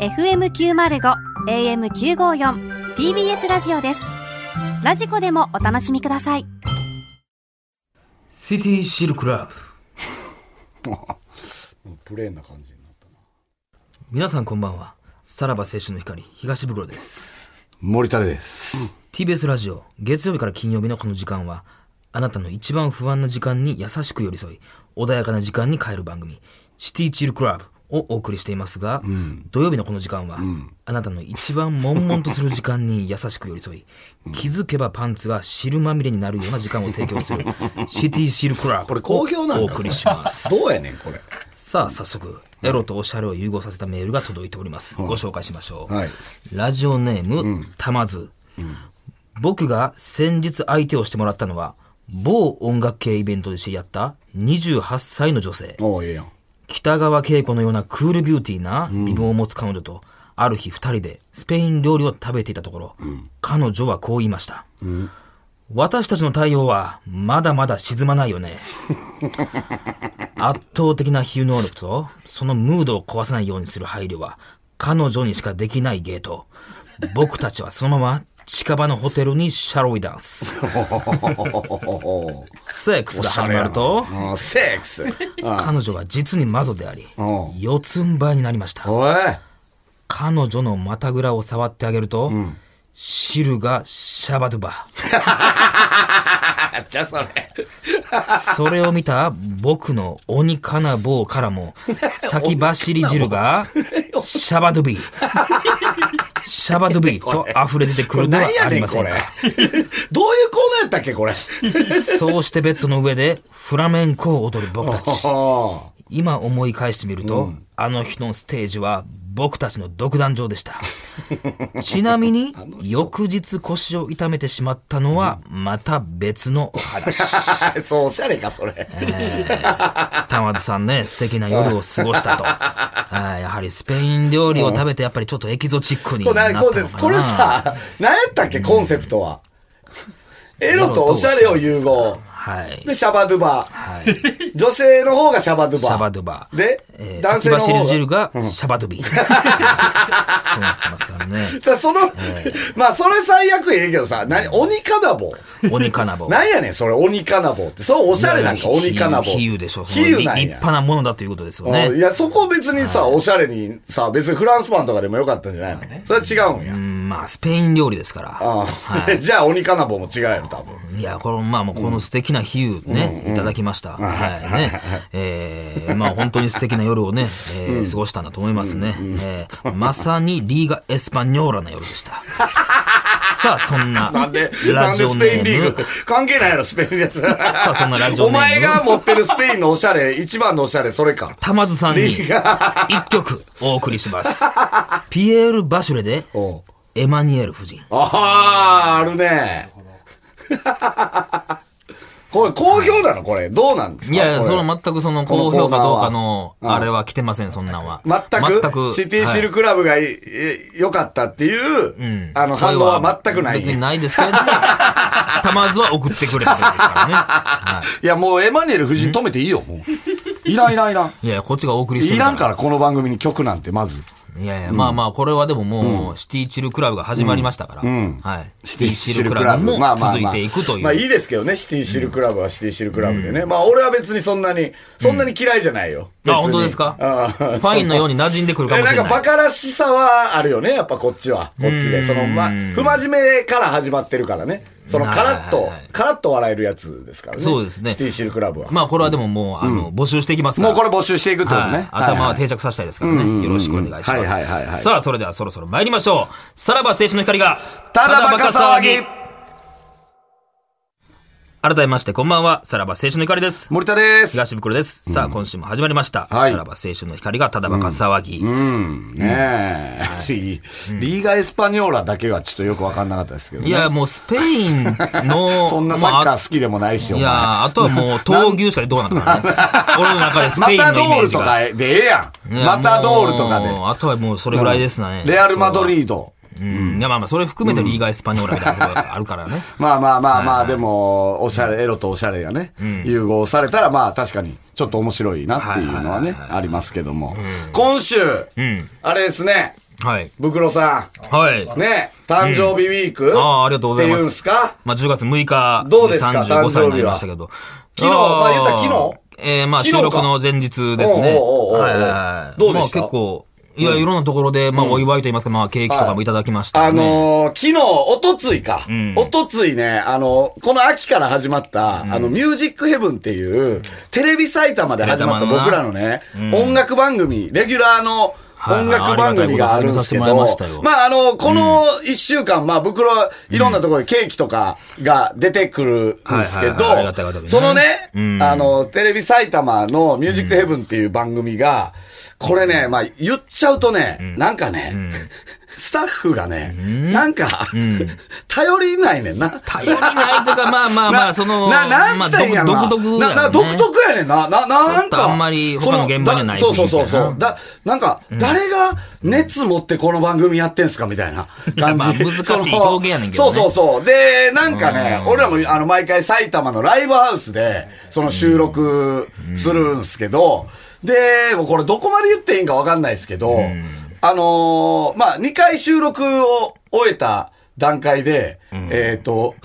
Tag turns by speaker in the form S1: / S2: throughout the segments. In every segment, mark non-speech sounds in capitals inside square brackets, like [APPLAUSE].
S1: FM905 AM954 TBS ラジオですラジコでもお楽しみください
S2: シティシルクラブ
S3: [LAUGHS] プレーンな感じになったな
S2: 皆さんこんばんはさらば青春の光東袋です
S3: 森田です、
S2: TBS ラジオ月曜日から金曜日のこの時間はあなたの一番不安な時間に優しく寄り添い穏やかな時間に変える番組シティチルクラブをお送りしていますが、土曜日のこの時間は、あなたの一番悶々とする時間に優しく寄り添い、気づけばパンツが汁まみれになるような時間を提供す
S3: [LAUGHS]
S2: るシティシルクラブ
S3: これ好評なんだ
S2: をお送りします
S3: どうやねんこれ
S2: さあ早速エロとおしゃれを融合させたメールが届いております、ご紹介しましょう、
S3: はい
S2: ラジオネーム、たまず、僕が先日相手をしてもらったのは某音楽系イベントで知り合った28歳の女性
S3: おおええ [LAUGHS] やん
S2: 北川景子のようなクールビューティーな美貌を持つ彼女と、ある日二人でスペイン料理を食べていたところ、彼女はこう言いました、私たちの太陽はまだまだ沈まないよね圧倒的な比喩能力とそのムードを壊さないようにする配慮は彼女にしかできない芸と僕たちはそのまま近場のホテルにシャロイダンスセックスが始まると
S3: あーセックス
S2: 彼女が実に魔女であり
S3: う、
S2: 四つん這いになりました。
S3: [LAUGHS] おい
S2: 彼女の股ぐらを触ってあげると、汁がシャバドゥバ。
S3: あじゃあそれ
S2: それを見た僕の鬼金棒から
S3: [LAUGHS]
S2: も、先走り汁がシャバドゥビ。シャバドゥビと溢れ出てくるでは
S3: 何や
S2: あ
S3: ね
S2: り
S3: ん
S2: ませ
S3: こ
S2: ん
S3: れ [LAUGHS]
S2: か。
S3: どういうコーナーやったっけこ [LAUGHS] れ
S2: そうしてベッドの上でフラメンコを踊る僕たち。
S3: あ
S2: 今思い返してみると、あの日のステージは僕たちの独壇場で
S3: [LAUGHS]
S2: したちなみに翌日腰を痛めてしまったのはまた別のお話 [LAUGHS]
S3: あそうおしゃれかそれ
S2: 玉津さんね素敵な夜を過ごしたとはいやはりスペイン料理を食べてやっぱりちょっとエキゾチックにな
S3: こ
S2: った
S3: れ
S2: の
S3: 何
S2: か
S3: これ
S2: な
S3: これさ何やったっけコンセプトはエロとおしゃれを融合
S2: はい
S3: でシャバドゥバ [LAUGHS]
S2: はい
S3: 女性の方がシャバドゥバ
S2: シャバドゥバ。
S3: で
S2: えー、
S3: 男
S2: 男
S3: 性
S2: 性の
S3: の方が
S2: 汁がシャバドゥ
S3: [LAUGHS]
S2: ビ。そうなってますからね。
S3: だからその、まあ、それ最悪ええけどさ、何、鬼金棒。
S2: 鬼金棒。
S3: 何やねん、それ、鬼金棒って。そう、おしゃれなんか、
S2: いやいや
S3: 鬼金棒。
S2: 比喩比喩でしょ。
S3: 比喩な
S2: 立
S3: んや。
S2: 派なものだということですよ
S3: うんい
S2: ね。
S3: や、そこ別にさ、おしゃれにさ、別にフランスパンとかでもよかったんじゃないの、それは違うんや。
S2: うん、まあ、スペイン料理ですから。
S3: ああ [LAUGHS] じゃあ、鬼金棒も違うやろ、多分。
S2: いや、この、まあ、もうこの素敵な比喩ね、いただきました。はい、ね。えー、まあ、本当に素敵な夜をね、えー過ごしたんだと思いますね。えーまさにリーガ・エスパニョーラな夜で
S3: [LAUGHS]
S2: した。さあ、そんな、
S3: なんで、な
S2: ラ
S3: ん
S2: ジ
S3: で
S2: オ
S3: ス
S2: ネ
S3: ペインリ
S2: ー
S3: ー
S2: [LAUGHS] ム
S3: グ、関係ないやろ、スペインのやつ。
S2: さあそんなラジオネーム
S3: お前が持ってるスペインのおしゃれ、一番のおしゃれ、それか。
S2: 玉津さんに、一曲お送りし
S3: [LAUGHS]
S2: ます。ピエール・バシュレで、
S3: おう
S2: エマニュエル夫人。
S3: ああ、あるね。 [LAUGHS] これ、好評なのこれ。どうなんですか
S2: いやいや、
S3: こ
S2: そ
S3: れ
S2: の全くその
S3: この
S2: 高
S3: コーナー
S2: 評
S3: は
S2: 価どうかの、あれは来てません、そんなんは。
S3: 全くシティシルクラブがいえ良、かったっていう、
S2: うん
S3: あの、反応は全くない。
S2: 別にないですけれど
S3: [LAUGHS]
S2: も、たまずは送ってくれたことですからね。はい
S3: や、もうエマニュエル夫人止めていいよ、
S2: [LAUGHS]
S3: もう。いらんいらんいらん。
S2: い。いやいや、こっちがお送りして
S3: い
S2: る
S3: ら
S2: か。
S3: んからら、この番組に曲なんて、まず。
S2: いやいや、まあまあ、これはでももう、シティチルクラブが始まりましたから。はい。シティチルクラブも続いていくと
S3: まあい
S2: いう。
S3: いですけどね、シティシルクラブはシティシルクラブでね。まあ俺は別にそんなに、そんなに嫌いじゃない
S2: あ、
S3: よ。別に
S2: 本当ですかフ
S3: ああ
S2: ァインのように馴染んでくるか
S3: え
S2: も
S3: な
S2: し
S3: ん
S2: れ
S3: か
S2: な
S3: バ
S2: い。
S3: カらしさはあるよね、やっぱこっちは。こっちで。その、ま、不真面目から始まってるからね。その、カラッ
S2: はい
S3: と
S2: はいはい、
S3: カラッと笑えるやつですからね。
S2: そうですね
S3: シティシルクラブは。
S2: まあ、これはでももう、あの、募集していきますから。
S3: もうこれ募集していくってこと
S2: はい
S3: ね。
S2: 頭はい
S3: い
S2: 定着させたいですからね。よろしくお願いします。
S3: はいはいはいはい
S2: さあ、それではそろそろ参りましょう。さらば青春の光が、
S3: ただバカ騒ぎ
S2: 改めまして、こんばんは。さらば青春の光です。
S3: 森田です。
S2: 東袋です。さあ、今週も始まりました。
S3: はい
S2: さらば青春の光がただバカ騒ぎ。
S3: うん、ねえ。リリーガ・エスパニョーラだけはちょっとよくわかんなかったですけどね。
S2: いや、もうスペインの、
S3: [LAUGHS] そんなサッカ
S2: まあ
S3: ー好きでもないし、お
S2: い
S3: 前。
S2: や、あとはもう闘牛しか出てこなかったからね。俺の中でス
S3: マ
S2: ペインの
S3: タ
S2: イ
S3: ド
S2: メ
S3: ー
S2: ー
S3: ル
S2: ジ
S3: と
S2: が。
S3: かでええやん。
S2: いや
S3: マタドールとかで。
S2: もうあとはもうそれぐらいですね。
S3: レアル・マドリード。
S2: ー。うん。いや、まあまあ、それ含めてリーガ・エスパニョーラみたいなところがあるからね。
S3: まあまあまあまあ、でも、おしゃれ、エロとおしゃれがね、融合されたら、まあ確かに、ちょっと面白いなっていうのはね、ありますけども。今週、あれですね、
S2: はい。
S3: ブクロさ
S2: はい。
S3: ん。ね、誕生日ウィーク、
S2: ああ、ありがとうございます。
S3: っていうんすか
S2: まあ、10月6日。
S3: どうですか
S2: 35歳になりましたけど。
S3: 生日は昨日まあ言ったら昨日
S2: えー、まあ、
S3: 昨
S2: 収
S3: 日か
S2: 録の前日ですね。
S3: おうおうおうおう
S2: はいはいはい。
S3: どうでした
S2: まあ、結構、いや、いろんなところで、まあ、お祝いと言いますか、まあ、ケーキとかもいただきました、ね。
S3: あのー昨日、おとついか。
S2: ん
S3: おとついね、あのーこの秋から始まった、あの、ミュージックヘブンっていう、テレビ埼玉で始まっ
S2: 埼玉
S3: た
S2: のな
S3: 僕らのね、音楽番組、レギュラーの、
S2: はい
S3: 音楽番組があるんですけど、
S2: ありがたいことに始めさせてもらいましたよ
S3: まあ、あの、この一週間、まあ、袋、いろんなところでケーキとかが出てくるんですけ
S2: はいはいはいありがたいこと
S3: ど、
S2: にね
S3: そのね、
S2: うん
S3: あの、テレビ埼玉のミュージックヘブンっていう番組が、これね、まあ、言っちゃうとね、なんかね、スタッフがね、なんか、頼りないねんな。
S2: 頼りないというか、まあまあまあ、その、
S3: な、なん
S2: まあ
S3: したらいいんやろな。
S2: 独特
S3: な
S2: やろ
S3: な
S2: ね
S3: 独特やねんな。な、ななん
S2: ちょっ
S3: か。
S2: とあんまり他の現場にはない
S3: そのだそうそうそうそ
S2: 雰囲
S3: う。
S2: 気
S3: だ、なんか、誰が熱持ってこの番組やってんすかみたいな
S2: [LAUGHS]
S3: 感
S2: まあ
S3: じ。
S2: 難しい
S3: その
S2: 表現やねんけどね
S3: そうそうそう。で、なんかね
S2: う、ん
S3: 俺らも、あの、毎回埼玉のライブハウスで、その収録するんすけど、で、もうこれどこまで言っていいんかわかんないですけど、あのーまあ、2回収録を終えた段階で、えっと、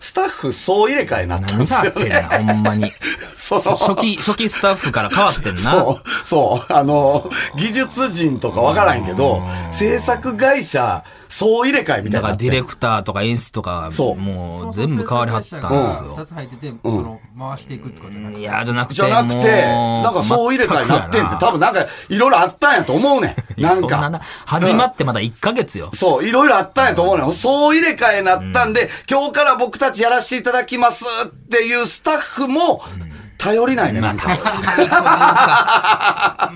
S3: スタッフ総入れ替えになったん
S2: 何
S3: ですよ
S2: 言ってんな、ほんまに。
S3: [LAUGHS] そう
S2: そ初期、初期スタッフから変わってんな。
S3: そう、そう、あの、技術人とかわからんけど、制作会社、総入れ替えみた
S2: だ
S3: いにな
S2: から
S3: って
S2: ディレクターとか演出とか、
S3: そう
S2: もう全部変わりはったんです
S4: 2
S2: よ。
S4: つ入ってて、その、回していくってことじゃなく
S2: い
S4: て。
S2: や、じゃなくて、
S3: じゃなくて、なんか総入れ替えになってんって、多
S2: 分
S3: 分なんか、いろいろあったんやと思うねん。なん
S2: そ
S3: か。
S2: な始まってまだ1ヶ月よ。
S3: そう、いろいろあったんやと思うのよ。総入れ替えになったんで、今日から僕たちやらせていただきますっていうスタッフも、頼りないね、なんか。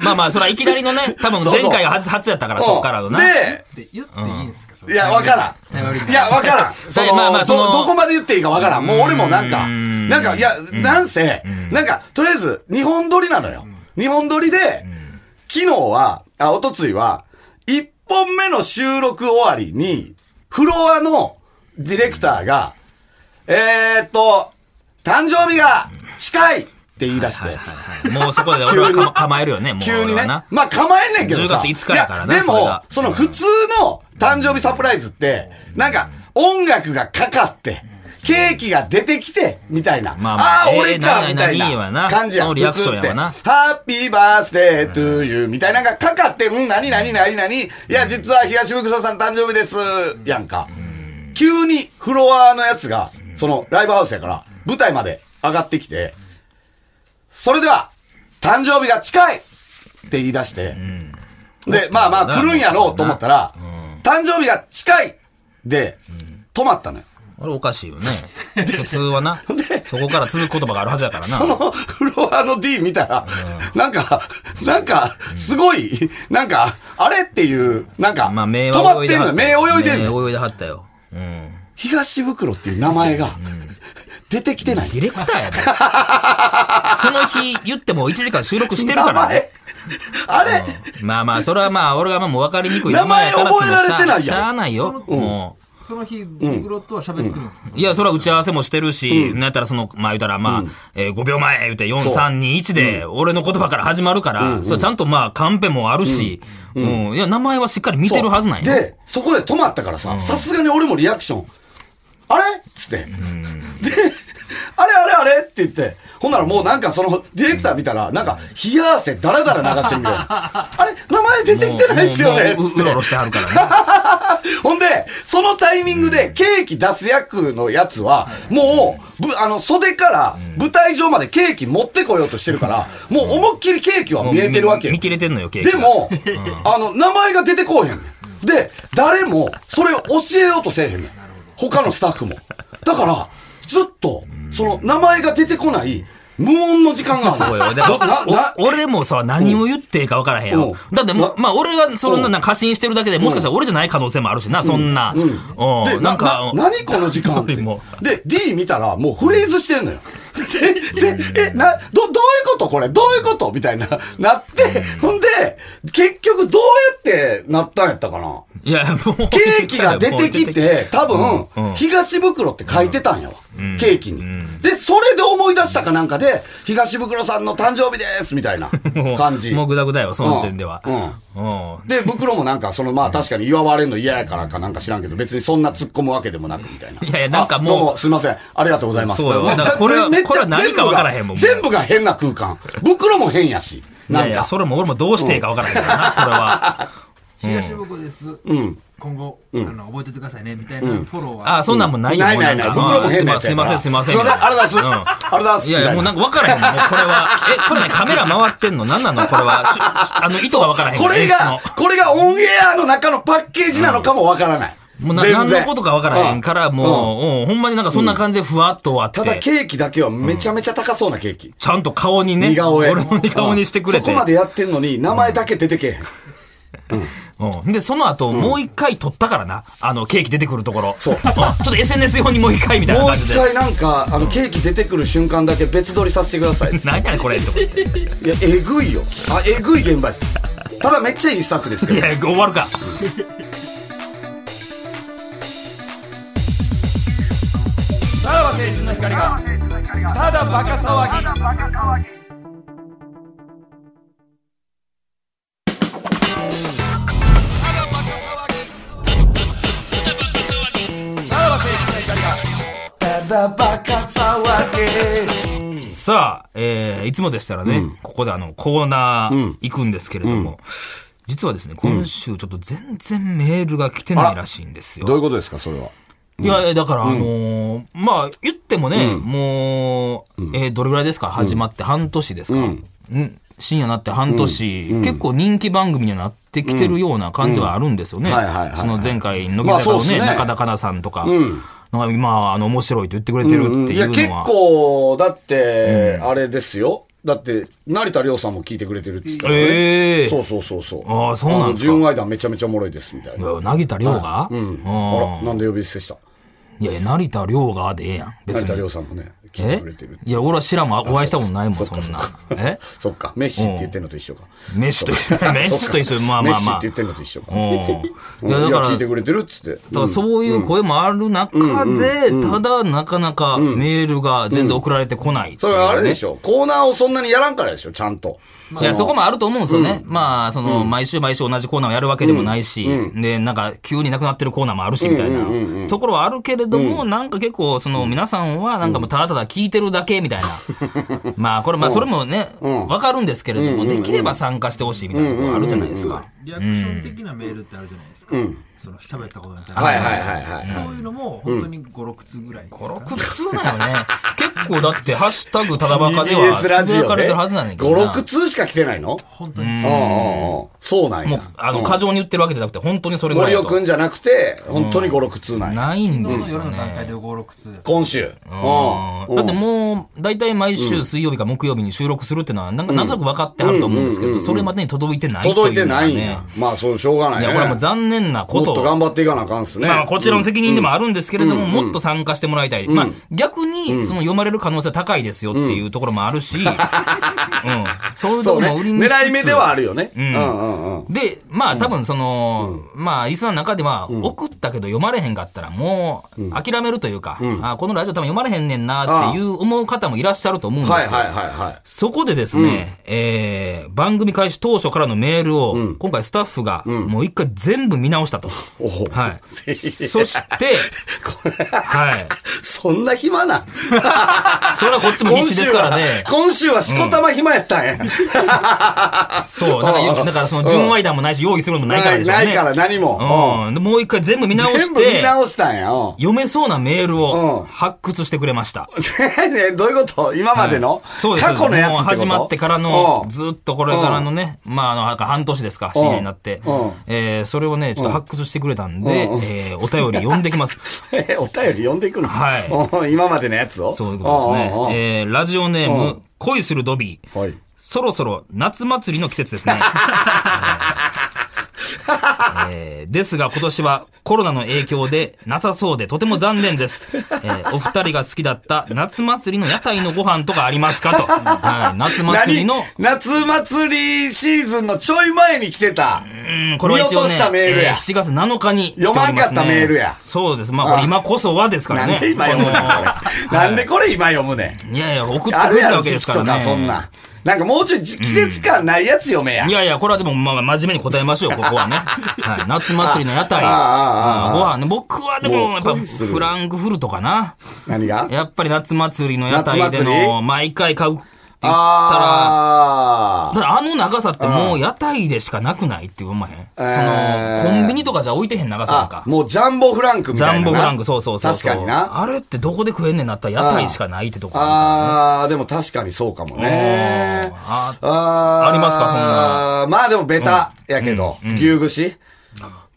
S2: まあまあ、それはいきなり
S3: [LAUGHS]
S2: のね、多分前回が初初やったから、そっからのな。
S3: で、
S4: で、言っていいんですか、そ
S3: い
S4: れ
S3: や、わから。
S4: 頼りなん
S3: いや、わからん。その、
S2: まあまあそ
S3: ど、
S2: の
S3: どこまで言っていいかわからん。もう俺もなんか、
S2: ん
S3: なんか、いや、なんせ、なんか、とりあえず、日本撮りなのよ。日本撮りで、昨日は、あ、おとついは、一本目の収録終わりに、フロアのディレクターが、えーっと、誕生日が近いって言い出して、
S2: もうそこで俺はかま構えるよね、もう
S3: 急に
S2: 俺は
S3: ね。
S2: な。
S3: まあ構えんねんけどさ。
S2: 10月5日やからない
S3: で
S2: それ
S3: も
S2: が、
S3: その普通の誕生日サプライズって、なんか音楽がかかって、ケーキが出てきて、みたいな。
S2: まあまあ
S3: あー、俺
S2: え
S3: か、
S2: え
S3: みたい
S2: なになにわ
S3: な
S2: な
S3: 感じや
S2: そのリアクションやわな
S3: 普通ってハッピーバースデートゥーユーみたいなのがかかって、うん、何何何何いや、実は東福さん誕生日です、やんか。急にフロアのやつが、そのライブハウスやから、舞台まで上がってきて、それでは、誕生日が近いって言い出して、で、まあまあ来るんやろうと思ったら、誕生日が近いで、止まったのよ。
S2: あれおかしいよね。普通はな。そこから続く言葉があるはずやからな。
S3: そのフロアの D 見たら、なんか、なんか、すごい、なんか、あれっていう、なんか、
S2: まあ、目
S3: 止まってんのよ。目泳いでんのよ。
S2: 目泳いではったよ。うん。
S3: 東袋っていう名前が、出てきてない。
S2: ディレクター
S3: [LAUGHS]
S2: やで。その日言っても1時間収録してるか
S3: 名
S2: らね。
S3: 前あれ
S2: まあまあ、それはまあ、俺がまあもう分かりにくい
S3: 名前
S2: やから
S3: 覚えられてないやん
S2: もうしゃしゃあないよ。もう。
S4: その日、ブクロとは喋ってるんですか、
S2: いや、それは打ち合わせもしてるし、なんやったらその、まあ言うたらまあ、えー5秒前言うて4、
S3: そう
S2: 3、2、1で、俺の言葉から始まるから、それちゃんとまあ、カンペもあるし、うん。いや、名前はしっかり見てるはずなんや。
S3: で、そこで止まったからさ、さすがに俺もリアクション。あれっつって。で、あれあれあれって言って。ほんならもうなんかそのディレクター見たら、なんか冷や汗だらだら流してるみたいな。
S2: [LAUGHS]
S3: あれ名前出てきてないっすよね
S2: もうもう
S3: つ
S2: ううろう
S3: っ
S2: ろ
S3: て
S2: してはるからね。
S3: [LAUGHS] ほんで、そのタイミングでケーキ出す役のやつは、もう、ぶあの、袖から舞台上までケーキ持ってこようとしてるから、もう思いっきりケーキは見えてるわけよ
S2: 見。切れてんのよ、ケーキ
S3: で
S2: が。
S3: も、あの、名前が出てこうへんねん。で、誰も、それを教えようとせえへんねん。他のスタッフも。だから、ずっと、その、名前が出てこない、無音の時間があ
S2: そう
S3: る。
S2: よ。で
S3: どなな
S2: お俺もさ、何を言っていいか分からへんや
S3: うん
S2: ろ。だってもう
S3: な
S2: まあ俺がそんな
S3: うん
S2: なんか過信してるだけで、もしかしたら俺じゃない可能性もあるしな、そんな。
S3: うん。
S2: う
S3: で、
S2: ん。な
S3: なん
S2: か
S3: な、、何この時間って
S2: よりも。
S3: で、D 見たら、もうフリーズしてんのよ。で、で、え、な、ど、どういうことこれどういうことみたいな、なって、ほんで、結局どうやってなったんやったかな
S2: いや、もう。ケ
S3: ケーキが出てきて、多
S2: うんう
S3: 分
S2: ん、
S3: 東袋って書いてたんやわ。ケーキに
S2: ん。
S3: で、それで思い出したかなんかで、東袋さんの誕生日ですみたいな
S2: もう
S3: 感じ。
S2: もうグダグダよ、その時点では。
S3: う
S2: うん。
S3: で、袋もなんか、その、まあ確かに祝われるの嫌やからかなんか知らんけど、別にそんな突っ込むわけでもなくみたいな。
S2: いやいやなんかもう
S3: あどうもすいません。ありがとうございます。
S2: そうよ
S3: も
S2: だから
S3: さ
S2: これは
S3: めっ
S2: こ
S3: ち
S2: れ
S3: ゃ
S2: は何
S3: 全
S2: か
S3: 部
S2: 分から
S3: が
S2: へんもん、
S3: 全部が変な空間。袋も変やし。
S2: い
S3: な
S2: や
S3: ん
S2: い
S3: か
S2: や、。それも俺もどうしていいかわからへんからな、これは。
S4: 東僕です。今後、あの、覚えててくださいね、みたいなフォローは。
S2: あ、そんなんもないよ、
S3: ない
S2: もう
S3: ないな
S2: ん
S3: い。
S2: か
S3: 袋も変な
S2: う
S3: や
S2: ん
S3: つ
S2: すい
S3: やか
S2: ませ
S3: ら
S2: ん、すいません、
S3: す
S2: す
S3: い
S2: いません。
S3: ません、ありがとうございます。ありがとうございます。
S2: いやいや、もうなんか分からへんもん、もうこれは。え、これね、カメラ回ってんの何なのこれは。ししあの、意図が分からへん。
S3: これが
S2: 演、
S3: これがオンエアの中のパッケージなのかもわからない。
S2: 出のもうな
S3: 全
S2: 何
S3: 然
S2: のことか分からへんから、
S3: うん
S2: もう、うんほんまになんかそんな感じでふわっと終
S3: た
S2: わっ
S3: だ
S2: て、
S3: ケーキだけはめちゃめちゃ高そうなケーキ。
S2: ちゃんと顔にね、
S3: 似顔絵。
S2: 俺も似顔にしてくれ
S3: うん
S2: て。
S3: そこまでやってんのに、名前だけ出てけえへん。
S2: うん。で、その後、もう一回撮ったからな。あの、ケーキ出てくるところ。
S3: そうん
S2: ちょっと SNS 用にもう一回みたいな
S3: もう
S2: 感じ
S3: 一
S2: で。
S3: 回なんか、あの、ケーキ出てくる瞬間だけ別撮りさせてください。い
S2: 何やねんこれって思って。
S3: や、えぐいよ。あ、えぐい現場やただめっちゃいいスタッフですけ
S2: い
S3: ど。
S2: や、終わるか。
S3: さらば青春の光が、ただバカ騒ぎ。
S2: さあ、えー、いつもでしたらね、ここであの、コーナー行くんですけれども、実はですね、今週ちょっと全然メールが来てないらしいんですよ。
S3: うことですか、それは。
S2: いやいや、だから、あのーまあ、言ってもね、もう、えーどれぐらいですか始まって半年ですか、ん深夜になって半年、結構人気番組にはなってきてるような感じはあるんですよね。
S3: うんはいはいはいはい
S2: その前回、乃木坂
S3: まあ
S2: の
S3: そうっす
S2: ね、
S3: ね
S2: 中田香菜さんとか、なんか今、あの、面白いと言ってくれてるって
S3: い
S2: い
S3: や、
S2: う
S3: 結
S2: のは。
S3: 構、だって、あれですよ。だって、成田凌さんも聞いてくれてるって言ったからね
S2: ええ
S3: そうそうそうそう。
S2: あーそうなんですか
S3: あの純愛団めちゃめちゃおもろいです、みたいな。
S2: 成田凌が、
S3: うん。
S2: あ
S3: あ
S2: ー
S3: ら、なんで呼び捨てした
S2: いやいや、成田凌がでええやん。
S3: 成
S2: 別
S3: 田凌
S2: に。
S3: さんもね、聞いて
S2: え
S3: くれてる。
S2: いや、俺は知らんもん。お会いしたことないもん、そんな。え
S3: そっか、メッシって言ってんのと一緒か。
S2: メッシと一 [LAUGHS] 緒。メッシと一緒。まあまあまあ。
S3: メッシって言ってんのと一緒か。
S2: うん
S3: そう
S2: いやだから
S3: いや聞いてくれてるっつって。
S2: だからそういう声もある中で、ただなかなかメールが全然送られてこないって
S3: そ
S2: いう
S3: れ
S2: ね、
S3: あれでしょ、コーナーをそんなにやらんからでしょ、ちゃんと。
S2: いや、そこもあると思うんですよね。まあ、その、毎週毎週同じコーナーをやるわけでもないし、で、なんか、急になくなってるコーナーもあるし、みたいな、ところはあるけれども、なんか結構、その、皆さんは、なんかもう、ただただ聞いてるだけ、みたいな。まあ、これ、まあ、それもね、わかるんですけれども、できれば参加してほしいみたいなところあるじゃないですか。
S4: リアクション的なメールってあるじゃないですか。その、喋ったことに対して。
S3: はいはいはいはい。
S4: そういうのも、本当に5、6通ぐらいですか。
S2: 5、6通なよね。結構、だって、ハッシュタグただバカでは、つ
S3: TBS ラジ
S2: ぶや
S3: オ
S2: かれ
S3: ね。
S2: てるはずなんだけど
S3: 5、
S2: な。
S3: 6通しか来てないの
S4: 本当に。
S3: うんうんうんそうなん
S2: も
S3: や
S2: う。、あの、過剰に言ってるわけじゃなくて、本当にそれぐらい
S3: 森
S2: だ
S3: 尾く
S2: と。
S3: んじゃなくて、本当に5、6通なんや。
S2: ないん
S4: 今
S2: で
S4: の
S2: す
S4: 夜
S2: よ
S4: の段
S2: ね
S4: 階。で5、6通。
S3: 今週。うん
S2: だってもう、大体毎週水曜日か木曜日に収録するってのは、なんかなんとなく分かってはると思うんですけど、それまでに届いてないというのは
S3: 届い
S2: ね
S3: てないんや。まあ、そう、しょうがない
S2: い
S3: ね。
S2: や、これはもう残念なこ
S3: もっ
S2: と。
S3: と頑張っていかなあかんっすね。
S2: まあ、こちらの責任でもあるんですけれども、もっと参加してもらいたい。まあ、逆に、その読まれる可能性は高いですよっていうところもあるし、うん。そういうと
S3: そ
S2: こ
S3: う
S2: ろ
S3: ね。
S2: も売りにしつつ
S3: 狙い目ではあるよね。うんうんうん。
S2: で、まあ多分その、まあリスナーの中では、送ったけど読まれへんかったらもう諦めるというか、あこのラジオ多分読まれへんねんなっていう思う方もいらっしゃると思うんですよ。
S3: はいはいはいはい。
S2: そこでですね、えー番組開始当初からのメールを、今回スタッフが、もう一回全部見直
S3: [LAUGHS]
S2: したと。
S3: おお。
S2: はい。そして、はい。
S3: そんな暇なん
S2: それはこっちも
S3: 今
S2: 必死で
S3: 週
S2: すから
S3: は
S2: ね、。
S3: 今週はしこたま暇やったんや。
S2: そう。だから、
S3: うん
S2: だからその、純愛談もないし、用意するのもないからでしょうね。
S3: ないから何も。
S2: うん。でもう一回全部見直して。
S3: 全部見直したんや。うん [LAUGHS]
S2: 読めそうなメール
S3: うん
S2: を発掘してくれました。
S3: ねどういうこと今までの
S2: はいそうです
S3: 過去のやつってこと
S2: もう始まってからの
S3: う、ん
S2: ずっとこれからのね、まあ、あの、なんか半年ですか、深夜になって
S3: うん、
S2: えーそれをね、ちょっと発掘してくれたんで、えーお便り読んできます。
S3: [LAUGHS] えお便り読んでいくの
S2: はい
S3: [LAUGHS] い。今までのやつを
S2: そういうことです
S3: うんうんうん
S2: ね。えーラジオネー
S3: う
S2: ム、恋するドビー。
S3: はい。
S2: そろそろ夏祭り
S3: [LAUGHS]
S2: の季節ですね。えーですが今年はコロナの影響でなさそうでとても残念です。えーお二人が好きだった夏祭りの屋台のご飯とかあります
S3: [LAUGHS]
S2: かと。はい、夏祭りの
S3: 何、夏祭りシーズンのちょい前に来てた。
S2: うんこれは一応
S3: 見落と
S2: ね、
S3: したメールや
S2: えー7月7日に来ております、ね。
S3: 読まんかったメールや
S2: そうです。まあこれ今こそはですから
S3: な
S2: ね。
S3: んで今読むねん、これ。なんでこれ今読むねん。
S2: いやいや、送ってくれ
S3: あるや
S2: た
S3: ろ、
S2: わけ
S3: 時
S2: です
S3: 期
S2: か
S3: と
S2: ら
S3: か、
S2: ね。
S3: そんな。なんかもうちょいじ季節感ないやつ読め
S2: [LAUGHS]
S3: や。
S2: いやいや、これはでも、まあ、真面目に答えましょう、ここは
S3: [LAUGHS]
S2: ね。はい、夏祭りの屋台。
S3: ああああああ
S2: うんご飯ね。僕はでも、
S3: も
S2: や
S3: う
S2: っぱ、
S3: 恋する
S2: フランクフルトかな。
S3: 何が
S2: やっぱり夏祭りの屋台で
S3: 夏祭
S2: の、毎回買うって言ったら、
S3: あ
S2: だからあの長さってもう屋台でしかなくないって思わへん。
S3: えー
S2: その、コンビニとかじゃ置いてへん長さなん
S3: あ
S2: か。。
S3: もうジャンボフランクみ
S2: ジ
S3: た
S2: ャ
S3: いな
S2: ン
S3: な。
S2: ボフランク、そうそうそうそう。
S3: 確かにな。
S2: あれってどこで食えんねんなったら屋台しかないってとこ。
S3: あー、でも確かにそうかもね。
S2: あ
S3: あー
S2: ありますかそん
S3: な。まあでもベタやけど、牛串い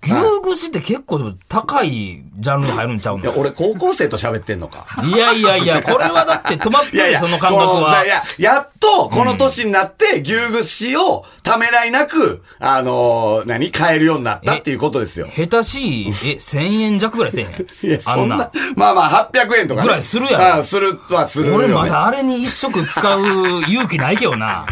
S2: 牛串って結構でも高いジャンルに入るんちゃうの
S3: や、俺高校生と喋ってんのか。
S2: いやいやいや、これはだって止まってるよ、その感覚
S3: この
S2: は
S3: さい。や、やっと、この年になって、牛串をためらいなく、あのー、何買えるようになったっていうことですよ。
S2: 下手しい、え、1000円弱ぐらいせえ
S3: い
S2: へん
S3: や、。
S2: あ
S3: そ
S2: ん
S3: んな
S2: な。、
S3: まあまあ、800円とかね。
S2: ぐらいするやろ
S3: うんするはするよね。
S2: 俺まだあれに一食使う [LAUGHS] 勇気ないけどな。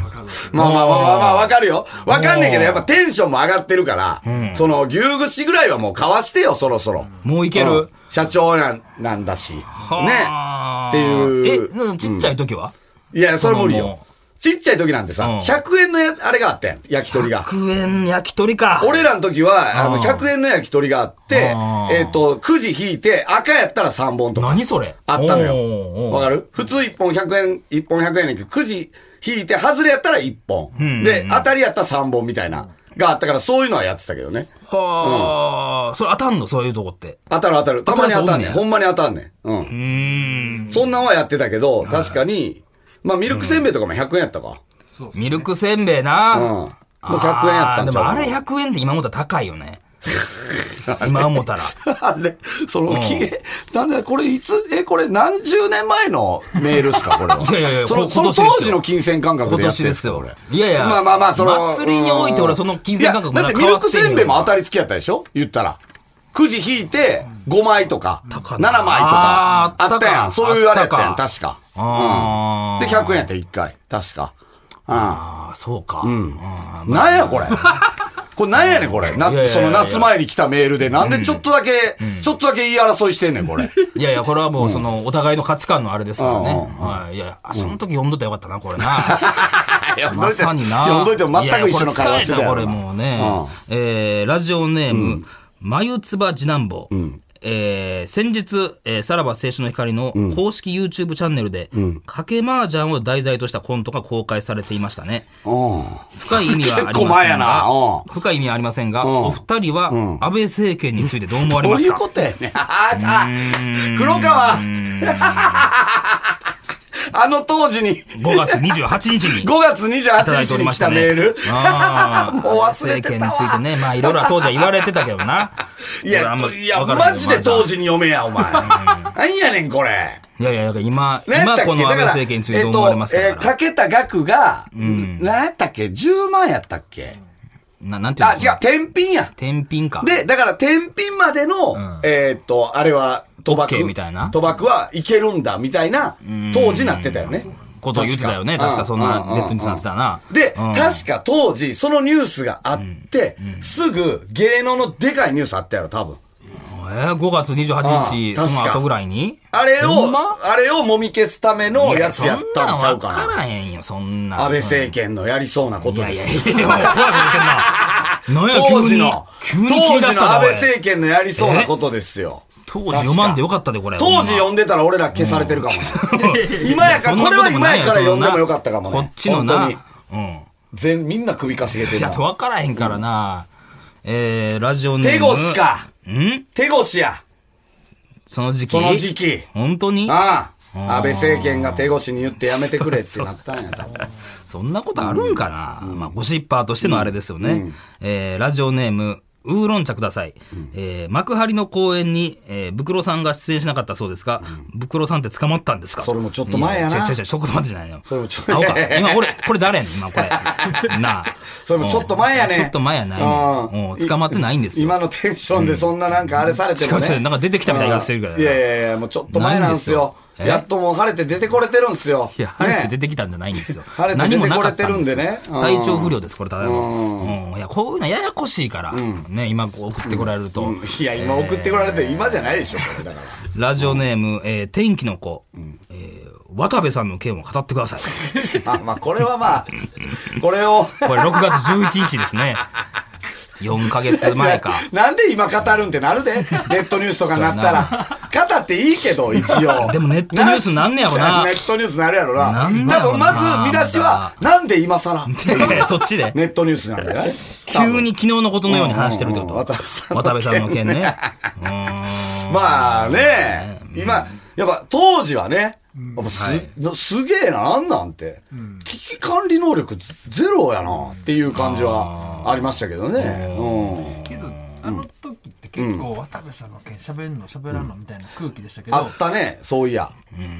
S3: まあまあまあまあまあ、わかるよ。わかんねえけど、やっぱテンションも上がってるから、その、牛串ぐらいはもう買わしてよ、そろそろ。
S2: もういけ
S3: うん
S2: る。
S3: 社長なん、なんだし。ね。
S2: はあ
S3: っていう
S2: え、なんかちっちゃい時はい
S3: や、それ無理
S2: その
S3: よ
S2: も。
S3: ちっちゃい時なんてさ、
S2: うん
S3: 100円のやあれがあったやん、焼き鳥が。
S2: ?100 円焼き鳥か。
S3: 俺らの時は、あ
S2: う
S3: の、
S2: ん
S3: 100円の焼き鳥があって
S2: うん、
S3: えっと、くじ引いて、赤やったら3本とか。
S2: 何それ
S3: あったの
S2: おー
S3: よ。
S2: おー
S3: わかる普通1本100円、1本100円やけど、くじ引いて、外れやったら1本。
S2: ん
S3: で、当たりやったら3本みたいな、があったから、そういうのはやってたけどね。
S2: はあ、それ当たんのそういうとこって。
S3: 当たる当たる。たまに当たんねん。
S2: 当た
S3: ほんまに当たんねん。う。
S2: うんーん。
S3: そんなんはやってたけど、確かに、まあ、ミルクせんべいとかも100円やったか。
S4: そうですね
S2: ミルクせんべいうな。
S3: ん。もう100円やったんちゃう
S2: あーでも
S3: かな
S2: あれ100円って今思ったら高いよ
S3: [LAUGHS]
S2: ね。今思ったら。
S3: あれ、その、き
S2: うん
S3: なんだ、これいつ、え、これ何十年前のメールっすか、これは。
S2: [LAUGHS] いやいやいや
S3: そ
S2: こ
S3: の、その
S2: 今年ですよ
S3: 当時の金銭感覚
S2: 今
S3: でやっ
S2: 年
S3: てるん
S2: です
S3: か
S2: よ。いやいや。
S3: まあまあまあ、その。
S2: 祭りにおいて俺その金銭感覚
S3: いやだってミルクせんべいも当
S2: り
S3: たり付きやったでしょ言ったら。くじ引いて、5枚とか、7
S2: か
S3: 枚と
S2: な
S3: か
S2: あ、ー
S3: あ
S2: あったか
S3: ったやん。そういうあれやったや
S2: あ
S3: ん、
S2: ったか
S3: 確か。
S2: あ
S3: で、
S2: ー
S3: 100円やった、1回。確か。う
S2: ああ、そうか。
S3: ん。なんや、これ。 [LAUGHS] これなんやねん、これ。
S2: や
S3: ない
S2: いやいやいや
S3: その夏前に来たメールで。なんでちょっとだけ、ちょっとだけ言い争いしてんねん、これ。
S2: いやいや、これはもうその、お互いの価値観のあれですからね。
S3: うんう
S2: はい。いや、あその時読んどったらよかったな、これ
S3: [LAUGHS]
S2: な。まさにな。
S3: 読んどいても全く一緒の会話して
S2: い
S3: た
S2: やいや
S3: よ
S2: これ疲れた、これもうね。えー、ラジオネーム、まゆつば次男坊。えー先日、えーさらば青春の光の公式 YouTube チャンネルで、かけ麻雀を題材としたコントが公開されていましたね。
S3: うん。
S2: 深い意味はあ [LAUGHS] りま
S3: 結構前
S2: せ
S3: や
S2: ん
S3: な
S2: が
S3: う、
S2: 深い意味はありませんが、
S3: ん
S2: お二人は安倍政権についてどう思われ
S3: ど
S2: ま
S3: うい
S2: す
S3: う
S2: か
S3: ことやねん。ああ、
S2: [LAUGHS]
S3: 黒川。あの当時に、
S2: ?5 月28日に。
S3: 5月
S2: いただ
S3: 28
S2: いてお
S3: 日
S2: り
S3: に
S2: ま
S3: 来
S2: したたね。
S3: メール。
S2: あー
S3: [LAUGHS] もう忘れてたわ
S2: 安倍政権についてね、まあいろいろ当時は言われてたけどな。
S3: い
S2: 俺
S3: や
S2: あんま、
S3: いや、
S2: わから
S3: マ
S2: んけ
S3: ジ
S2: ど
S3: で当
S2: ま
S3: 時に読めや、お前。なんやねん、これ。
S2: あいやいや、だから今、
S3: なんや
S2: 今
S3: ったっけ
S2: この安倍政権についてどう思われますか
S3: だ
S2: だか
S3: らえっと、えー
S2: ら
S3: かけた額が、なんやったっけ ?10 万やったっけ
S2: ななんていう
S3: あ、
S2: の
S3: 違う、天品や。
S2: 天品か。
S3: で、だから、天品までの、
S2: ん
S3: えーっと、あれは、賭博
S2: OK みたいな
S3: 賭博はいけるんだ、みたいな、当時なってたよね。
S2: ことを言ってたよね。確かそんなネットニュースになってたな。
S3: で、
S2: うん
S3: 確か当時、そのニュースがあって、すぐ芸能のでかいニュースあったやろ、多分。
S2: えー、5月28日、
S3: ああ確か
S2: その後ぐらいに
S3: あれ
S2: ほ
S3: を、
S2: んま
S3: あれを揉み消すための
S2: い
S3: や
S2: や、
S3: つ
S2: そん
S3: や
S2: な
S3: ったん
S2: ん
S3: ちゃう
S2: 分
S3: か
S2: から
S3: な。
S2: へんよ、そんな。
S3: 安倍政権のやりそうなこ
S2: い
S3: と
S2: や
S3: で
S2: いや
S3: す。
S2: いや、怖いこと言ってんな。[LAUGHS]
S3: 当
S2: 何や、急
S3: 時
S2: に
S3: の、、
S2: 急に切り出
S3: 当
S2: し
S3: 時
S2: た
S3: の
S2: なお
S3: 安倍
S2: い
S3: 政権のやりそうなことですよ。
S2: 当時読まんでよかったで、これ。
S3: 当時
S2: ほんま
S3: 読んでたら俺ら消されてるかも。今やから、
S2: そ
S3: こ
S2: ん
S3: れ
S2: な
S3: は
S2: とも
S3: 今
S2: ない
S3: やから読んでもよかったかもね。
S2: こっちの
S3: 本当
S2: な
S3: に。
S2: うん。
S3: 全、みんな首かしげて
S2: い
S3: る
S2: や、
S3: な。
S2: 分からへんからな。えー、ラジオネ
S3: 手
S2: ーム。
S3: 越か。
S2: ん
S3: 手越や。
S2: その時期
S3: その時期。
S2: 本当に
S3: ああ。安倍政権が手越しに言ってやめてくれってなったんや、多分。
S2: そんなことあるんかな、まあ、ゴシッパーとしてのあれですよね。えー、ラジオネーム、ウーロン茶ください。えー幕張の公園に、えー、ブクロさんが出演しなかったそうですが、ブクロさんって捕まったんですか
S3: それもちょっと前やな
S2: 違う違う違う、そこ待ってじゃないの。
S3: それもちょっと
S2: と。
S3: [LAUGHS]
S2: か。今俺、これ誰やねん、今これ。なあ。
S3: それもちょっと前やね
S2: うんちょっと前やないねん
S3: うん
S2: うん捕まってないんですよ。
S3: 今のテンションでそんななんかあれされてもね。
S2: 違う違うなんか出てきたみたいな言い方してるから
S3: うんいやいやいや、もうちょっと前なんですよ。
S2: ないんですよえ
S3: やっともう晴れて出てこれてるんですよ。
S2: いや、晴れて出
S3: ね
S2: てきたんじゃないんですよ。
S3: 晴れて
S2: 何もなか
S3: 出てこれてるんでね
S2: ったですよ
S3: うん
S2: 体調不良です、これ、ただ
S3: うん
S2: の。うんいや、こういうのややこしいから、ね、今こう送ってこられると。
S3: うんいや、今送ってこられて、今じゃないでしょ、これだから。
S2: ラジオネーム、えー天気の子、えー渡部さんの件を語ってください。 [LAUGHS]
S3: あ、まあ、これはまあ、これを。
S2: これ6月11日ですね。4ヶ月前
S3: [LAUGHS]
S2: か。
S3: なんで今語るんって
S2: [LAUGHS]
S3: なるで。ネットニュースとかなったら。語っていいけど、一応。
S2: [LAUGHS] でもネットニュースなんねやろな
S3: ネットニュースなるやろな。
S2: なんだ
S3: 多
S2: ろ
S3: 分
S2: うな
S3: まず見出しは、なんで今更
S2: い [LAUGHS] やそっちで。
S3: ネットニュースなんだよね。
S2: [LAUGHS] 急に昨日のことのように話してるってこ
S3: うんうんうん
S2: と
S3: 渡部さんの
S2: 渡部さんの件
S3: 件 [LAUGHS]
S2: ね。う
S3: 多
S2: ーん
S3: 分。まあね、今、やっぱ当時はね、やっぱす、
S2: はい
S3: のすげえな、なんなんて、危機管理能力ゼロやなっていう感じはありましたけどね。うん。
S4: けどあの時って結構渡部さんの件喋るの喋らんのみたいな空気でしたけど、
S3: あったね、そういや。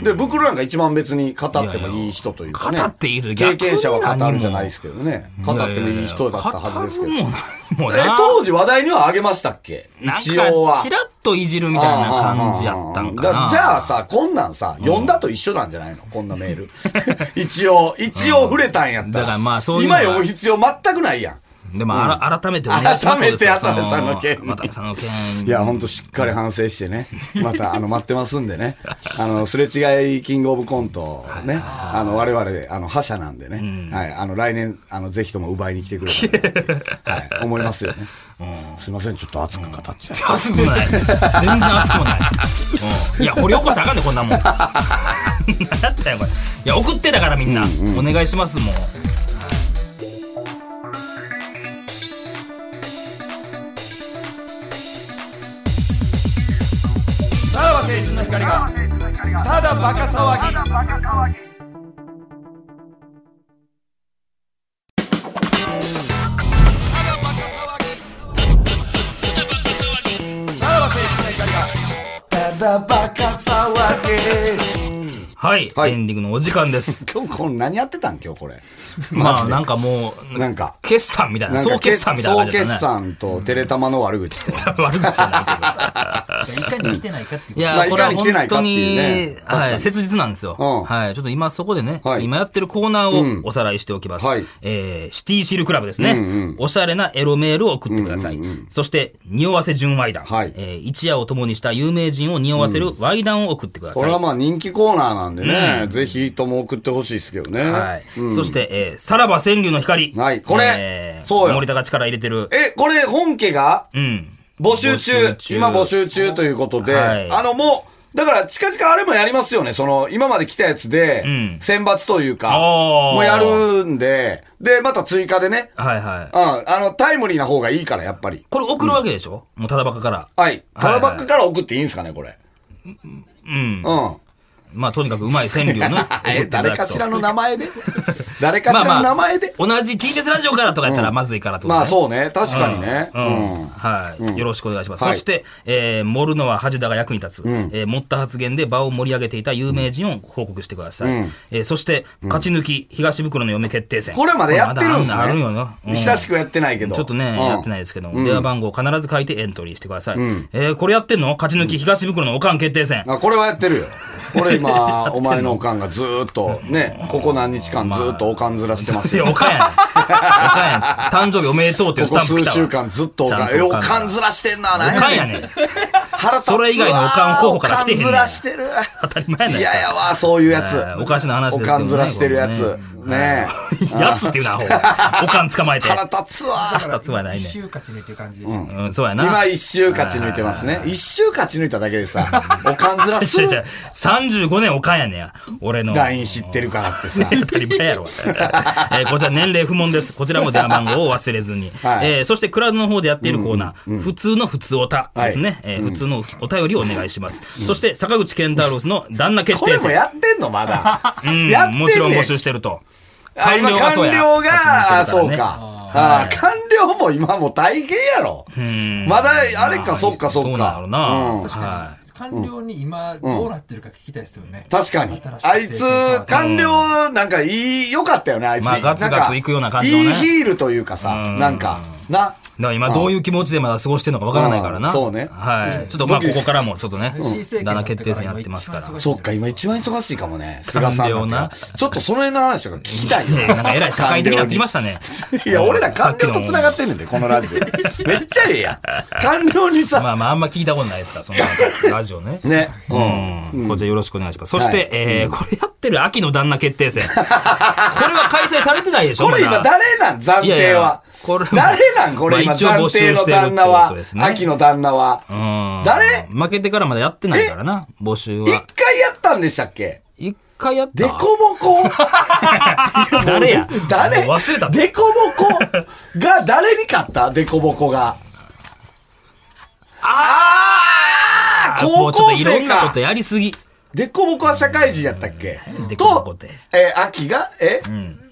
S3: で、袋なんか一番別に語ってもいい人というかね。
S2: いやいや語っていい人
S3: 経験者は
S2: 逆に
S3: 語
S2: 何
S3: る
S2: も
S3: じゃないですけどね。語ってもいい人だったはずですけど。
S2: い
S3: え
S2: やいや語るもんなんもな
S3: 当時話題にはあげましたっけ
S2: なん
S3: 一応は
S2: か、。ちらっといじるみたいな感じやったんか
S3: だ
S2: な。
S3: じゃあさ、こんなんさ、読んだと一緒なんじゃないのこんなメール。 [LAUGHS] 一応、一応触れたんやった
S2: だからまあそういうのが
S3: 今読む必要全くないやん。
S2: でも、あら改めてお願いします
S3: 改め
S2: そうで
S3: て
S2: すよ
S3: 渡部さんの件
S2: そ渡部さんの件。
S3: いや、ほんとしっかり反省してね。また、あの、待ってますんでね。あの、すれ違いキングオブコントね。あの、我々、あの、覇者なんでね。はい。あの、来年、あの、ぜひとも奪いに来てくれたら
S2: [LAUGHS]
S3: なって、はい。思いますよね。すいません、ちょっと熱く語っちゃう。
S2: 熱くもない。全然熱くもない。うんいや、掘り起こしたらあかんね、こんなもん。なんだったよ、これ。いや、送ってだからみんな。お願いします、もう。
S3: さらば青春の光が、ただバカ騒ぎ。
S2: はい、
S3: はい
S2: エンディングのお時間です。
S3: [LAUGHS] 今日これ何やってたん今日こ
S2: [LAUGHS]
S3: れ。
S2: まあ、なんかもう、
S3: なんか
S2: 決算みたいな、総決算みたいな
S3: 総
S2: 感じだ
S3: 決
S2: ったね。
S3: 算とテレタマの悪口
S2: [LAUGHS]
S3: と。
S2: 悪口じゃないけど。
S4: じゃあいかに来てないかっていう
S2: いや、
S3: まあ
S2: これはい
S3: かに来てない
S2: 本
S3: かっ
S2: 当
S3: ていう
S2: に、
S3: ね確かに
S2: はい、切実なんですよ、
S3: うん
S2: はい。ちょっと今そこでね、ちょっと
S3: はい
S2: 今やってるコーナ
S3: う
S2: ー
S3: ん
S2: をおさらいしておきます。
S3: はい
S2: えーシティシールクラブですね、
S3: うんうん
S2: おしゃれなエロメールを送ってください。そして、匂わせ純ワイダン、
S3: はい
S2: えー一夜を共にした有名人を匂わせるワイダンを送ってくださ
S3: こ
S2: い。
S3: れはまあ人気コーナーなんでね、
S2: うん
S3: ぜひとも送ってほしいですけどね。
S2: はいそして、えーさらば川柳の光。
S3: はいこれそうよ
S2: 森田が力入れてる。
S3: え、これ本家が
S2: うん。
S3: 募集中
S2: 募集中
S3: 今募集中ということで、
S2: はい
S3: あのもう、だから近々あれもやりますよね。その、今まで来たやつで
S2: ん、
S3: 選抜というか、
S2: あー
S3: もうやるんで、で、また追加でね、
S2: はいはい。
S3: うん、あの、タイムリーな方がいいから、やっぱり。
S2: これ送るわけでしょ、もうただばっかから。
S3: はい。ただばっかから送っていいんですかね、これ。
S2: うん。
S3: うん。
S2: まあ、とにかくうまい川柳を
S3: [LAUGHS]
S2: ね。送ってい
S3: え、
S2: ただ
S3: 誰
S2: くと
S3: かしらの名前で誰かしらの名前で、
S2: 同じ TBS ラジオからとかやったらまずいからってこと
S3: まあ
S2: う。
S3: そうね。確かにね。
S2: う
S3: うんん。
S2: はい。よろしくお願いします。
S3: はい
S2: そして、えー盛るのは恥だが役に立つ。えー持った発言で場を盛り上げていた有名人を報告してください。えーそして、勝ち抜き、東袋の嫁決定戦。
S3: これまでやってるんです
S2: これま
S3: ね。
S2: だあるんよな。うん
S3: 親しくやってないけど。
S2: ちょっとね、やってないですけど、電話番号を必ず書いてエントリーしてください。えーこれやってんの勝ち抜き、東袋のおかん決定戦。
S3: あ、これはやってるよ。俺今、お前のおかんがずーっと、ね、ここ何日間ずーっとおかんずらしてます
S2: いや、
S3: よ。
S2: おかんや
S3: [LAUGHS]
S2: ねん。おかんやねん。誕生日おめでとうっていう
S3: こ
S2: スタン
S3: こ
S2: プ来
S3: 数
S2: たわ。
S3: 週間ずっとお
S2: ちゃ
S3: か
S2: ん
S3: ん、
S2: と
S3: え、
S2: お
S3: お
S2: かん
S3: かんずらしてんな、
S2: おかんや
S3: ん。
S2: ねん。
S3: 腹立つわ
S2: それ以外のおかん候補から来てへんねん
S3: おかんずらしてる。
S2: 当たり前やねん。
S3: 嫌やわ、そういうやつ
S2: えー。おかしな話ですけどね
S3: おかんずらしてるやつ
S2: こ。
S3: ね
S2: [LAUGHS] やつっていうな、ほう。
S3: [LAUGHS]
S2: おかん捕まえて。
S3: 腹立つわ。
S2: 腹立つはない
S4: 一
S2: ね。
S4: 周勝ち抜いていう感じでした、
S2: うん、そうやな。
S3: 今一周勝ち抜いてますね。一周勝ち抜いただけでさ、おか
S2: [LAUGHS]
S3: んずらす
S2: 違う違う
S3: る。
S2: 35年おかんやねんや。俺の。
S3: ライン知ってるからっ
S2: [LAUGHS]
S3: てさ。
S2: 当たり前やろ。 [LAUGHS] えーこちら年齢不問です。こちらも電話番号を忘れずに。
S3: [LAUGHS] はい
S2: えーそしてクラウドの方でやっているコーナー、普通の普通おたですね。
S3: はい
S2: えー普通のお便りをお願いします。そして坂口健太郎氏の旦那決
S3: こ
S2: 定
S3: れも
S2: 戦。
S3: やってんのまだ。
S2: うん
S3: やってんね
S2: もちろん募集してると。
S3: あ今
S2: 官僚がそうや立ち入りしてるから
S3: 官僚が、あそう
S2: ね
S3: か。あ官量も今もう大変やろ。まだ、あれか、そっか、そっ
S2: どうなんだ
S3: か
S2: ろう。な。
S3: うん
S4: 確
S2: は
S4: かに。官僚に今、どうなってるか聞きたいですよね。
S3: 確かに
S4: 新。し
S3: あい
S4: 政
S3: つ
S4: 権変わっ、て
S3: 官僚、なんかいい、良かったよね、あいつ。
S2: まあガツガツ行くような感じの
S3: い
S2: ね
S3: いヒールというかさ、
S2: ん
S3: なんか、な。
S2: い。だから今どういう気持ちでまだ過ごしてるのかわからないから
S3: う
S2: な。
S3: んそうね
S2: はい。ちょっとまあここからもちょっとね、
S4: 新政権
S2: だな決定戦やってますから。
S4: 今一番忙しい
S3: そっか、今一番忙しいかもね。菅さんなんて
S2: 官僚な
S3: ちょっとその辺の話とか聞きたいよ。
S2: ねなんかえらい社会的になってきましたね。
S3: [LAUGHS] いや、俺ら官僚と繋がってんねんで、この
S2: [LAUGHS]
S3: ラジオ。めっちゃええやん。官僚にさ、
S2: まあまああんま聞いたことないですから、そのラジオね。
S3: ね。
S2: うん。こちらよろしくお願いします。そして、
S3: はい
S2: えーこれやってる秋の旦那決定戦。これは開催されてないでしょ
S3: [LAUGHS] これ今
S2: まだ
S3: 誰なん暫
S2: いやい
S3: 定
S2: や
S3: は
S2: これ。
S3: 誰なんこ
S2: まあ
S3: れ今
S2: 一応募
S3: 暫
S2: 集
S3: 定の
S2: してるって
S3: 旦那
S2: こと
S3: は
S2: です。ね
S3: 秋の旦那は。
S2: うん
S3: 誰
S2: 負けてからまだやってないからな、募集
S3: 一
S2: は。
S3: 回やったんでしたっけ
S2: 一回やっ
S3: デ
S2: た
S3: コ。ボコ
S2: [LAUGHS] 誰や
S3: 誰
S2: もう忘れたぞ
S3: デコボコが誰に勝ったデコボコが。ああー
S2: も
S3: 高
S2: うちょっ
S3: 校
S2: といろ
S3: 生
S2: んなこ
S3: か
S2: とやりすぎ。
S3: デコボコは社会人やったっけ
S2: デコボコっ
S3: と
S2: て、
S3: えー、秋が、え、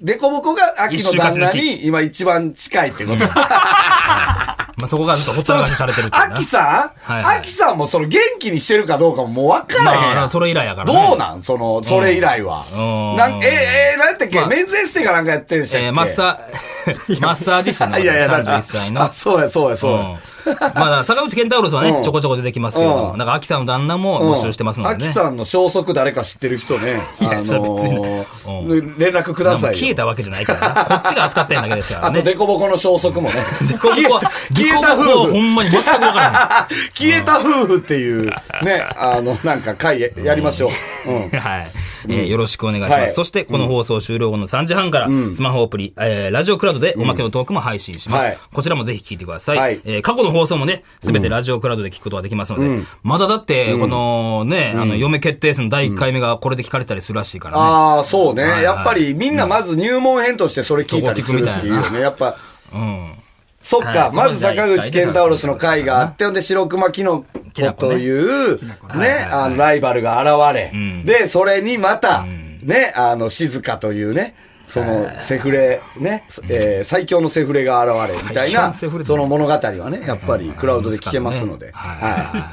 S3: デコボコが秋の旦那に今一番近いってこと。
S2: まあ、そこがずっとほったらかしされてるっていうな
S3: 秋さん、
S2: はいはい
S3: 秋さんもその元気にしてるかどうかももう分からへんやん。
S2: まあ、それ以来やから、ね。
S3: どうなんその、それ以来は。
S2: うん
S3: なんえ、え、なんやったっけ、
S2: まあ
S3: メンズエステかなんかやってるでしたっけ、
S2: えー、マッサ
S3: [LAUGHS]
S2: ー、マッサージ師の方
S3: いやいや、なんか
S2: 31歳の
S3: あ、。そうや、そうや、そうや。
S2: うんまあだから、坂口健太郎さんはね、
S3: うん
S2: ちょこちょこ出てきますけれども、
S3: う
S2: なんか、秋さんの旦那も募集してますのでね。
S3: 秋さんの消息誰か知ってる
S2: [LAUGHS]
S3: 人ね、あの
S2: それ別に
S3: ー連絡くださいよ。
S2: 消えたわけじゃないからな。こっちが扱ってるだけですから
S3: あと、
S2: ね。
S3: デコボコの消
S2: [LAUGHS]
S3: 息もね。デ
S2: ここは、
S3: [LAUGHS] 消えた
S2: ここは
S3: 夫
S2: ほ
S3: 婦。
S2: んまに全くわからない。
S3: [LAUGHS] 消えた夫婦っていう、ね、あの、なんか会ややりましょう。うん。
S2: はい。えーよろしくお願いします。
S3: はい
S2: そして、この放送終了後の3時半から、スマホアプリ、えーラジオクラウドでおまけのトークも配信します。
S3: はい
S2: こちらもぜひ聞いてください。
S3: はい
S2: えー過去の放送もね、すべてラジオクラウドで聞くことができますので、まだだって、このね、あの、嫁決定戦の第1回目がこれで聞かれたりするらしいからね。
S3: ああ、そうね、
S2: いはい
S3: やっぱりみんなまず入門編としてそれ聞いたりするっていう
S2: そこ聞くみた
S3: よ
S2: いな
S3: ね。やっぱ、
S2: うん。
S3: そっか、
S2: はい
S3: まず坂口健太郎氏の会があって、ほんで白熊きのことという、
S2: ね
S3: ね、あの、ライバルが現れ、で、それにまた、ね、あの、静かというね、その、セフレ、ね、えー最強のセフレが現れ、みたい
S2: 最強の
S3: な、
S2: セ
S3: そ
S2: フレ
S3: の物語はね、やっぱりクラウドで聞けますの
S2: はいはい
S3: で。い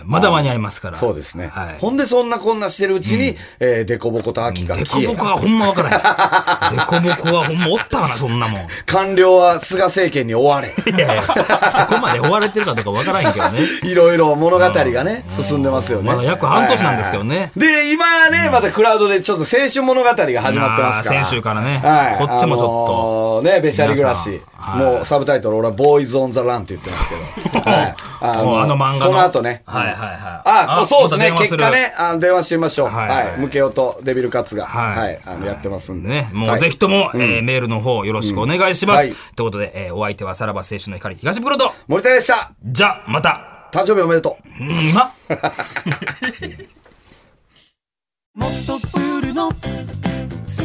S2: まだ間に合いますから。
S3: そうですね
S2: はい。。
S3: ほんで、そんなこんなしてるうちに、えー、デコボコと秋が
S2: デコ
S3: 消え
S2: ボコはほんまわ
S3: [LAUGHS]
S2: からへん。デコボコはほんまおったかな、そんなもん。い
S3: 官僚は菅政権に追われ。 [LAUGHS]
S2: やいや、そこまで追われてるかどうかわからへんけどね。
S3: いろいろ物語がね、進んでますよね。
S2: まだ約半年なんですけどね
S3: はいはいはいで、今ね、またクラウドでちょっと青春物語が始まってますから。
S2: まあ先週からね
S3: はい。
S2: こっちもちょ
S3: っと。ね、べしゃり暮らし
S2: 皆。さんはい
S3: もうサブタイトル、俺はボーイズ・オン・ザ・ランって言ってます
S2: [LAUGHS]
S3: けど。はい
S2: もうあの漫画の。
S3: この後ね。
S2: はいはい
S3: い。
S2: はい。
S3: あ、そうですね。
S2: また電話
S3: 結
S2: る
S3: 果。ね、あの電話してみましょう。
S2: はいはい
S3: はい。ムケオとデビルカツが、
S2: はい
S3: はい。あのやってますんで。
S2: ね、も
S3: は
S2: う
S3: い
S2: ぜひとも、えーメールの方よろしくお願いしま
S3: は
S2: す。
S3: い
S2: ということで、えーお相手はさらば青春の光東袋と、
S3: 森田でした。
S2: じゃ、また、
S3: 誕生日おめでとう。
S2: うんま
S5: もっとプールのス